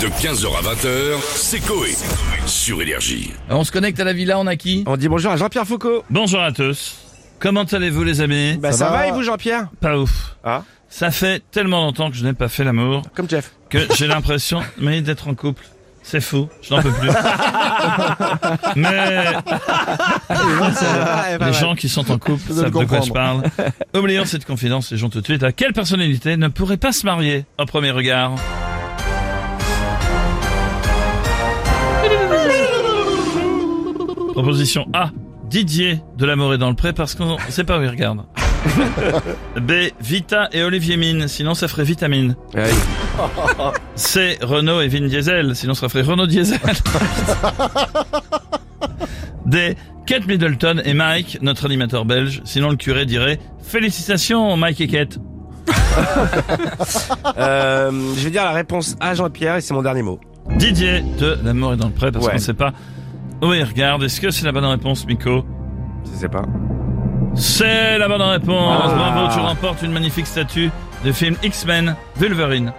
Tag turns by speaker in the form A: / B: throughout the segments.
A: De 15h à 20h, c'est Coé. Sur Énergie.
B: On se connecte à la villa, on a qui
C: On dit bonjour à Jean-Pierre Foucault.
D: Bonjour à tous. Comment allez-vous les amis
C: Bah ça,
B: va
C: va, et vous Jean-Pierre
D: Pas ouf.
C: Ah.
D: Ça fait tellement longtemps que je n'ai pas fait l'amour
C: Comme Jeff.
D: que j'ai l'impression mais d'être en couple. C'est fou, je n'en peux plus. mais
C: Ah,
D: les gens qui sont en couple savent de quoi je parle. Oublions cette confidence, les gens tout de suite. À quelle personnalité ne pourrait pas se marier au premier regard Proposition A. Didier de l'amour est dans le pré parce qu'on sait pas où il regarde. B. Vita et Olivier Mine, sinon ça ferait vitamine. C. Renault et Vin Diesel, sinon ça ferait Renault Diesel. D. Kate Middleton et Mike, notre animateur belge, sinon le curé dirait Félicitations Mike et Kate.
C: Euh, je vais dire la réponse à Jean-Pierre et c'est mon dernier mot.
D: Didier de L'amour est dans le prêt parce
C: Ouais.
D: qu'on ne sait pas où il regarde. Est-ce que c'est la bonne réponse, Miko
C: Je sais pas.
D: C'est la bonne réponse.
C: Ah.
D: Bravo, tu remportes une magnifique statue de film X-Men Wolverine.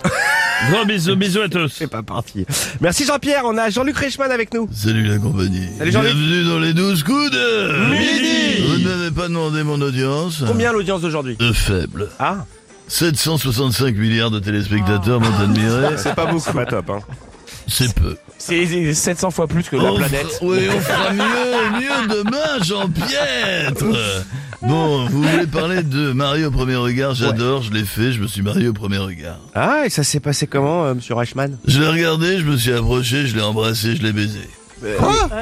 D: Gros bisous, bisous à tous.
C: C'est pas parti. Merci Jean-Pierre, on a Jean-Luc Reichmann avec nous.
E: Salut la compagnie.
C: Salut, Jean-Luc.
E: Bienvenue dans les 12 coudes.
C: Midi.
E: Vous ne m'avez pas demandé mon audience.
C: Combien l'audience d'aujourd'hui
E: De faible.
C: Ah,
E: 765 milliards de téléspectateurs
F: Ah.
E: m'ont admiré.
C: c'est pas beaucoup. C'est pas top hein.
E: C'est peu.
F: C'est 700 fois plus que la
E: On
F: planète.
E: fera- oui, on fera mieux, mieux demain, Jean-Pierre. Bon, vous voulez parler de marié au premier regard J'adore, je l'ai fait, je me suis marié au premier regard.
C: Ah, et ça s'est passé comment euh, monsieur Reichmann
E: Je l'ai regardé, je me suis approché, je l'ai embrassé, je l'ai baisé.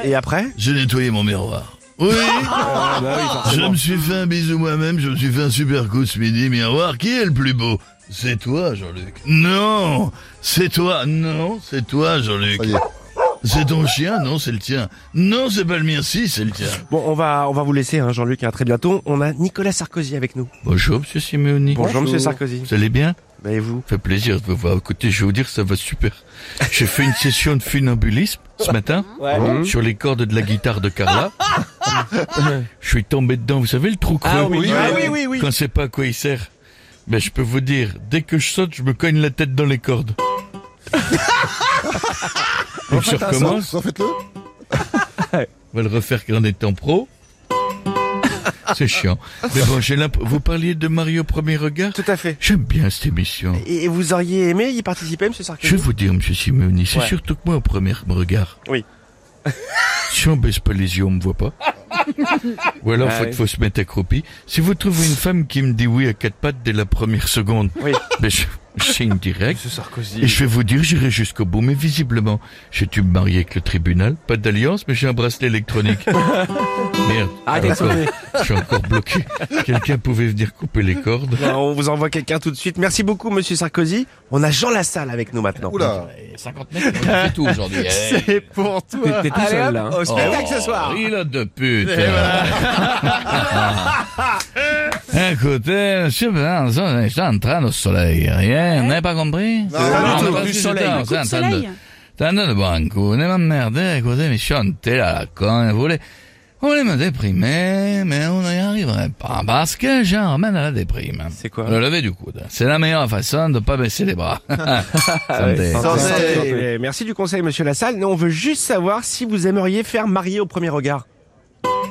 C: Et après
E: J'ai nettoyé mon miroir. Oui,
C: Bah Ah
E: je me suis fait un bisou moi-même, je me suis fait un super coup ce midi, miroir. Qui est le plus beau C'est toi, Jean-Luc. Non, c'est toi. Non, c'est toi, Jean-Luc. C'est ton chien Non, c'est le tien. Non, c'est pas le mien. Si, c'est le tien.
C: Bon, on va on va vous laisser hein, Jean-Luc, à très bientôt. On a Nicolas Sarkozy avec nous.
E: Bonjour, monsieur Simeoni.
C: Bonjour, monsieur Sarkozy.
E: Vous allez bien
C: Bah, et vous
E: Ça fait plaisir de vous voir. Écoutez, je vais vous dire, ça va super. J'ai fait une session de funambulisme ce matin
C: Mmh.
E: sur les cordes de la guitare de Carla. je suis tombé dedans, vous savez, le trou creux.
C: Ah oui oui oui.
E: Quand c'est pas à quoi il sert. Mais je peux vous dire, dès que je saute, je me cogne la tête dans les cordes. Et je recommence. On va le refaire quand on est en pro. C'est chiant. Mais bon, j'ai l'imp- Vous parliez de Mario Premier Regard
C: Tout à fait.
E: J'aime bien cette émission.
C: Et et vous auriez aimé y participer monsieur
E: Je vais
C: Sarkozy
E: vous dire, monsieur Simeoni, c'est surtout que moi, au premier regard.
C: Oui.
E: si on baisse pas les yeux, on me voit pas. Ou alors,
C: Ah
E: faut, faut se mettre accroupi. Si vous trouvez une femme qui me dit oui à quatre pattes dès la première seconde,
C: Oui.
E: ben je, je signe direct.
C: Sarkozy.
E: Et je vais vous dire, j'irai jusqu'au bout. Mais visiblement, j'ai dû me marier avec le tribunal. Pas d'alliance, mais j'ai un bracelet électronique. Merde.
C: Ah,
E: encore- je suis encore bloqué. Quelqu'un pouvait venir couper les cordes.
C: Non, on vous envoie quelqu'un tout de suite. Merci beaucoup, monsieur Sarkozy. On a Jean Lassalle avec nous maintenant.
E: C'est tout aujourd'hui. Eh,
C: C'est pour toi. T'es tout seul là. hein. Au spectacle ce soir.
E: Il a de pute. hein. Écoutez, monsieur Blanc, on est en train de soleil. Rien, vous n'avez pas compris? Hein? Non,
F: non,
E: du soleil. C'est en train de, t'es en train de boire un coup. Vous m'emmerdez, écoutez, mais chantez là, la con, vous voulez, vous voulez me déprimer, mais on n'y arriverait pas. Parce que j'en ramène à la déprime.
C: C'est quoi
E: Le lever du coude. C'est la meilleure façon de pas baisser les bras. Santé.
C: Santé. Merci du conseil, monsieur Lassalle. Nous, on veut juste savoir si vous aimeriez faire marier au premier regard.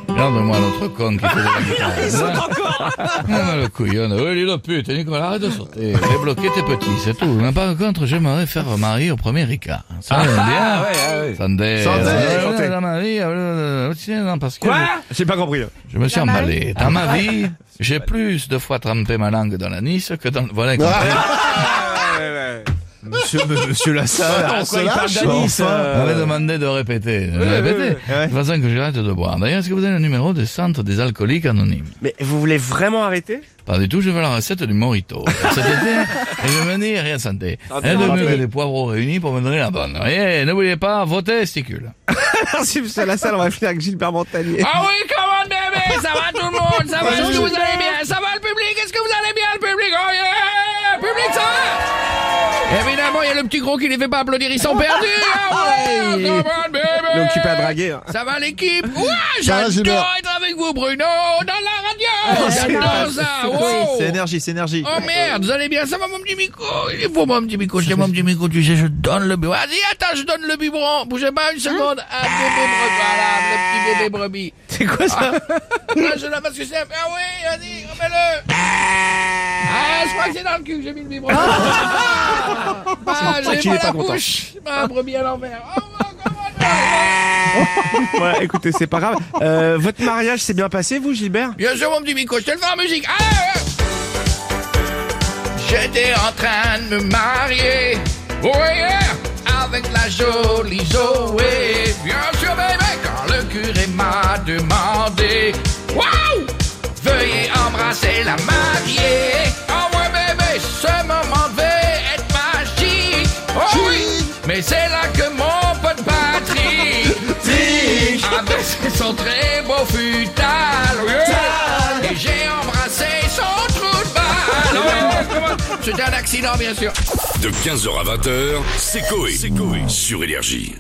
E: Regarde-moi l'autre con qui fait de la guitare. Ils sont encore le couillon. Oui, lui, la pute. Nicolas, arrête de sauter. J'ai bloqué tes petits, c'est tout. Mais par contre, j'aimerais faire marier au premier Ricard. Ça ah, bien. Sandé.
C: Sandé.
E: Dans ma vie, euh, euh, tiens, non, parce que
C: J'ai pas compris. là.
E: je, je me suis emballé. Dans ma vie, j'ai plus de fois trempé ma langue dans la Nice que dans le volet. Ah,
F: Monsieur, monsieur Lassalle.
C: Attends, quoi, il parle d'Anis, euh,
E: On m'avait demandé de répéter. J'ai répété. De toute façon que j'arrête de boire. D'ailleurs, est-ce que vous avez le numéro de centre des alcooliques anonymes?
C: Mais vous voulez vraiment arrêter
E: Pas du tout, je veux la recette du morito. Cet été, et je me dis rien santé. Un demi-heure et des poivrons réunis pour me donner la bonne. Et n'oubliez pas, votez testicule.
C: Merci, Ah, monsieur Lassalle. On va finir avec Gilbert Montagnier.
G: Ah oui, comment bébé, ça va tout le monde, ça va, est-ce que vous allez bien, ça va le public, est-ce que vous allez bien le public, oh yeah, public ça va
E: Et Évidemment, il y a le petit gros qui les fait pas applaudir, ils sont perdus. Ah ouais, come on, baby.
C: Donc tu peux à draguer. hein.
E: Ça va l'équipe Ouais,
H: Ça va, Gilbert. Ah,
E: j'adore être avec vous Bruno dans la
H: Oh,
E: radio J'adore ça wow.
H: C'est énergie, c'est énergie.
E: Oh merde, vous allez bien, ça va mon petit Miko Il est pour moi mon petit Miko, c'est mon petit Miko, tu sais, je donne le biberon. Vas-y, attends, je donne le biberon, bougez pas
C: Hein?
E: une seconde. Ah, bébé brebis, voilà, le petit bébé brebis. C'est quoi ça Ah, je l'ai parce que c'est... Ah oui, vas-y, remets-le Ah, je crois que c'est dans le cul que j'ai mis le biberon. Ah, j'ai
C: qu'il
E: pas
C: est pas
E: la
C: content.
E: bouche. Ma brebis à l'envers. Oh, comment
C: Ouais, écoutez, c'est pas grave. Euh, votre mariage s'est bien passé, vous, Gilbert
E: Bien sûr, mon petit Miko, je te le fais en musique. Ah, ah. J'étais en train de me marier. Oh yeah, avec la jolie Zoé. Bien sûr, bébé, quand le curé m'a demandé. Waouh! Veuillez embrasser la mariée. Oh ouais, bébé, ce moment devait être magique. Oh oui! Mais c'est là que mon pote Patrick. Avec son très beau futal. Et j'ai embrassé son trou de balle. Ouais. C'était un accident, bien sûr.
G: De 15h à 20h, c'est Coé. Sur Énergie.